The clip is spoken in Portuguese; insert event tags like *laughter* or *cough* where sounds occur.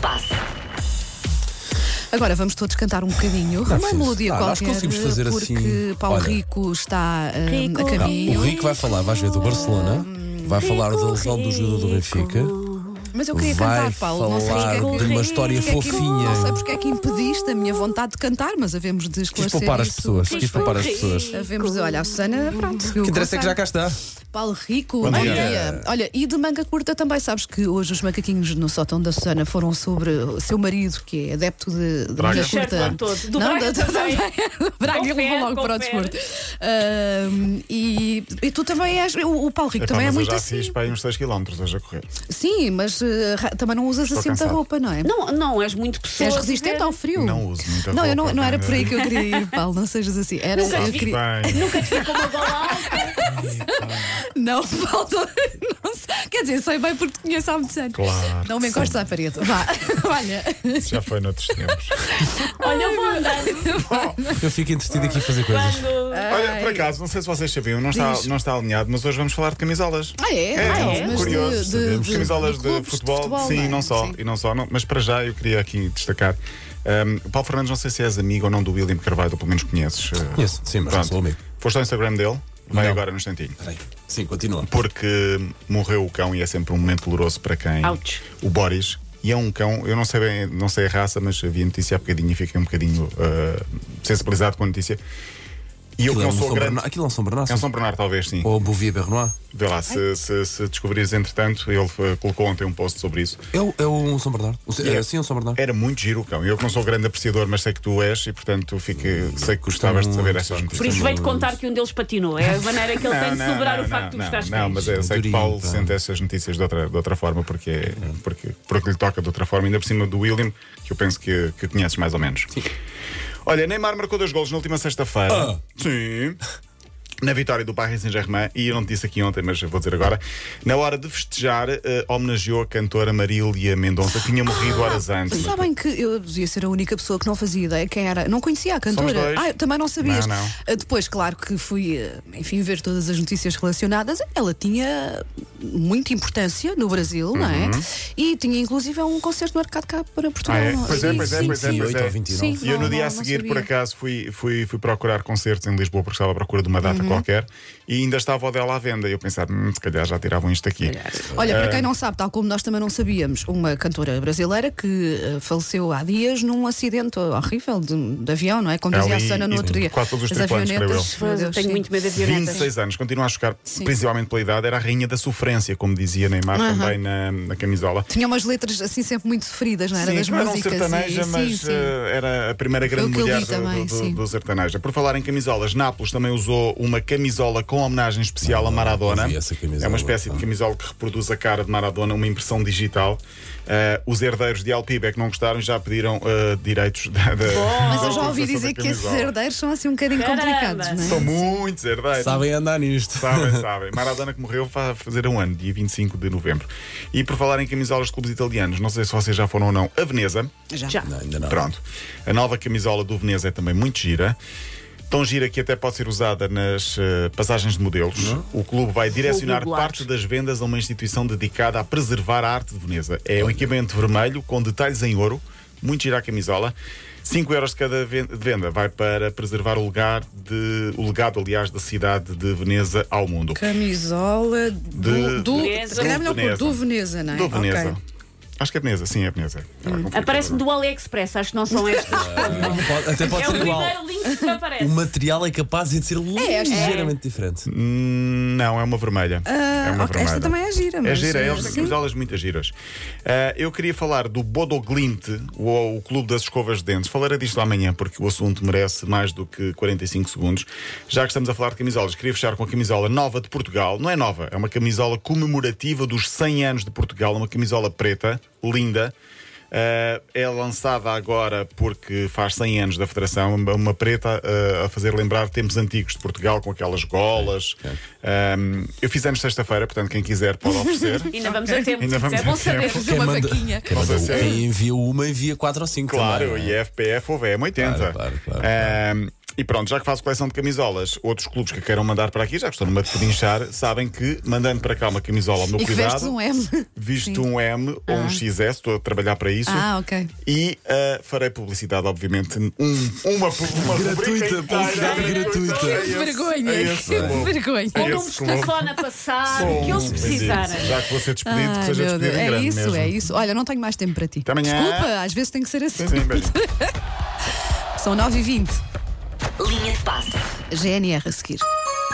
passe. Agora vamos todos cantar um bocadinho. Não é uma preciso. melodia Ah, nós qualquer. conseguimos fazer porque assim. Paulo Olha. Rico está ah, Rico. a Não, caminho. O Rico vai falar, vais ver, do Barcelona, vai falar da lesão do jogador do Benfica, Mas eu queria vai cantar, Paulo. Não sei falar porque é que- de uma história porque é que- fofinha. Não sei porque é que impediste a minha vontade de cantar, mas havemos de Quis esclarecer poupar as isso. pessoas, quis poupar as pessoas. O Havemos de, olha, a Susana, pronto. O que interessa é que já cá está. Paulo Rico, Bom dia. Olha, e de manga curta também, sabes que hoje os macaquinhos no sótão da Susana foram sobre o seu marido, que é adepto de, de Braga. manga Do curta. Sheraton todo. Do Não, Braga da- da- também. do Braga ele Confere, levou logo para o confere. desporto. Ahm, e, e tu também és. O, o Paulo Rico Epá, também é mas eu muito já assim. fiz para aí uns 6 km hoje a correr. Sim, mas eh, ra- também não usas Estou assim muita cansado. roupa, não é? Não, não és muito pessoa. és de resistente ver- ao frio. Não uso muita Não, eu não, roupa, não era por aí não. que eu queria ir, Paulo, não sejas assim. Era, Nunca eu vi. queria, *laughs* Bem, Nunca te vi com uma gola alta. Não, Paulo, não sei. Quer dizer, sei bem porque te conheço há muitos anos. Claro Não me que encostes à parede. Vá, *laughs* olha. isso já foi *laughs* noutros tempos. Olha, eu vou *laughs* andando. Eu fico entretido aqui a fazer coisas. Quando- Olha, por acaso, não sei se vocês sabiam, não está, Diz. não está alinhado, mas hoje vamos falar de camisolas. Ah, é? É, Então, é? mas de- de- curioso, sabemos. de- camisolas de, clubes futebol, sim, é? não só, Sim. e não só, não- mas para já eu queria aqui destacar. um, o Paulo Fernandes, não sei se és amigo ou não do William Carvalho, ou pelo menos conheces. uh, Conheço, sim, mas não pronto. sou amigo. Foste ao Instagram dele, vai Não. agora no instantinho. Peraí. Sim, continua. porque morreu o cão e é sempre um momento doloroso para quem. Ouch. O Boris. E é um cão, eu não sei bem, não sei a raça, mas havia notícia há bocadinho e fiquei um bocadinho ah, sensibilizado com a notícia. E eu Aquilo que é não um sou São grande. Bernardo- Aquilo é um São Bernardo. É um São Bernardo, talvez, sim. Ou um Bouvier Bernois. Vê lá, se, se, se descobrires entretanto, ele ah, colocou ontem um post sobre isso. É o- É um São Bernardo. O- E É sim um São Bernardo. Era muito giro o cão. Eu que não sou grande apreciador, mas sei que tu és e, portanto, fico, sei que gostavas de saber muito, estas sabe? notícias. Por isso veio-te contar que um deles patinou. É a maneira que ele tem de celebrar o facto de não, tu gostares de Não, mas eu sei que Durinho, Paulo pá. sente essas notícias de outra, de outra forma, porque, é- porque, porque lhe toca de outra forma, ainda por cima do William, que eu penso que, que conheces mais ou menos. Olha, Neymar marcou dois golos na última sexta-feira. Ah. Sim. Na vitória do Paris Saint-Germain, e eu não te disse aqui ontem, mas eu vou dizer agora, na hora de festejar, eh, homenageou a cantora Marília Mendonça, que tinha morrido horas antes. Mas mas- Sabem que eu devia ser a única pessoa que não fazia ideia quem era. Não conhecia a cantora. Somos dois. Ah, também não sabias. Não, não. Ah, Depois, claro que fui, ah, enfim, ver todas as notícias relacionadas. Ela tinha muita importância no Brasil, não é? E tinha inclusive um concerto marcado cá para Portugal. Uhum. Ah, é? Pois é, Sim, pois é, sim, pois é, então, sim. pois 28 é. ou 29. Sim. E eu Não, no dia não, a não seguir, sabia. por acaso, fui, fui, fui procurar concertos em Lisboa porque estava à procura de uma Uhum. data qualquer e ainda estava o dela à venda. E eu pensar, "Hum, se calhar já tiravam isto aqui. Olha, É. para quem não sabe, tal como nós também não sabíamos, uma cantora brasileira que ah, faleceu há dias num acidente horrível de, de avião, não é? Como Ela dizia a e- Sana no e outro dia. quase todos os As tripulantes, creio avionetas. Mas meu eu Deus, tenho sim. muito medo de violentas. 26 anos, continua a chocar, Sim. principalmente pela idade, era a rainha da sofrência, como dizia Neymar também na, na camisola. Tinha umas letras assim sempre muito sofridas, não era? Sim, das não músicas. era um sertaneja, e- mas sim, sim. eh, era a primeira grande o que eu mulher li do, também, do- sim. do sertaneja. Por falar em camisolas, Nápoles também usou uma camisola com homenagem especial a Ah, eu Maradona. vi essa camisola, É uma espécie de tá. camisola que reproduz a cara de Maradona, uma impressão digital. Eh, os herdeiros de Alpibe é que não gostaram já pediram eh, direitos da. da Mas da eu *laughs* já ouvi utilização da dizer que esses camisola. herdeiros são assim um bocadinho Caramba. complicados, não São é? muitos herdeiros. Sabem andar nisto. Sabem, sabem. Maradona que morreu vai fazer um ano, dia 25 de novembro. E por falar em camisolas de clubes italianos, não sei se vocês já foram ou não, a Veneza. é? Já. *laughs* Não, ainda não. Pronto. A nova camisola do Veneza é também muito gira. Tão gira que até pode ser usada nas eh, passagens de modelos. O clube vai direcionar Google parte Art. das vendas a uma instituição dedicada a preservar a arte de Veneza. É um equipamento vermelho com detalhes em ouro. Muito gira a camisola. 5 euros de cada ven- de venda vai para preservar o lugar de o legado, aliás, da cidade de Veneza ao mundo. Camisola do. De- do Veneza. se calhar é melhor pôr Veneza. do Veneza, não é? Do Veneza. Ok. Hum, Acho que é Veneza, sim, é Veneza. Estava confundido. Aparece-me do AliExpress, acho que não *laughs* são estas. Pode- Até pode é o ser igual. primeiro link que me O aparece. material é capaz de ser esta é. ligeiramente diferente. Hum, Não, é uma vermelha. é uma Ah, ok, esta também é gira, É mas, gira, eh, eles têm sim. camisolas muito giras. Ah, eu queria falar do Bodoglint, o, o clube das escovas de dentes. Falarei disto amanhã, porque o assunto merece mais do que 45 segundos. Já que estamos a falar de camisolas, queria fechar com a camisola nova de Portugal. Não é nova, é uma camisola comemorativa dos 100 anos de Portugal, É uma camisola preta, linda. Uh, é lançada agora porque faz 100 anos da Federação, uma uma preta uh, a fazer lembrar tempos antigos de Portugal com aquelas golas. Um, eu fiz anos sexta-feira, portanto, quem quiser pode oferecer. Ainda vamos a tempo. Ainda vamos é a bom tempo. saber. Fazer uma vaquinha. quem, Não sei manda- se é. quem envia uma envia quatro ou cinco. claro, também, não é? e a FPF ou VM80. Claro, claro, claro, Um, E pronto, já que faço coleção de camisolas, outros clubes que queiram mandar para aqui, já que estou numa de pedinchar, sabem que mandando para cá uma camisola ao meu E que vestes cuidado, um M. visto um M ou um XS, estou a trabalhar para isso. Ah, ok. E ah, farei publicidade, obviamente, um, uma, uma rubrica Gratuita, inteira. publicidade gratuita. É Que esse- vergonha, é esse que clube. vergonha. É Ou esse números de clube. telefone a ah, passar, o que eles Sim, precisarem. sim. Já que vou ser despedido, que Ai, seja meu despedido Deus. em É grande isso, mesmo. é isso. Olha, não tenho mais tempo para ti. Até amanhã. Desculpa, às vezes tem que ser assim. Sim, sim, beijo. São 9h20. Linha de passe. GNR a seguir.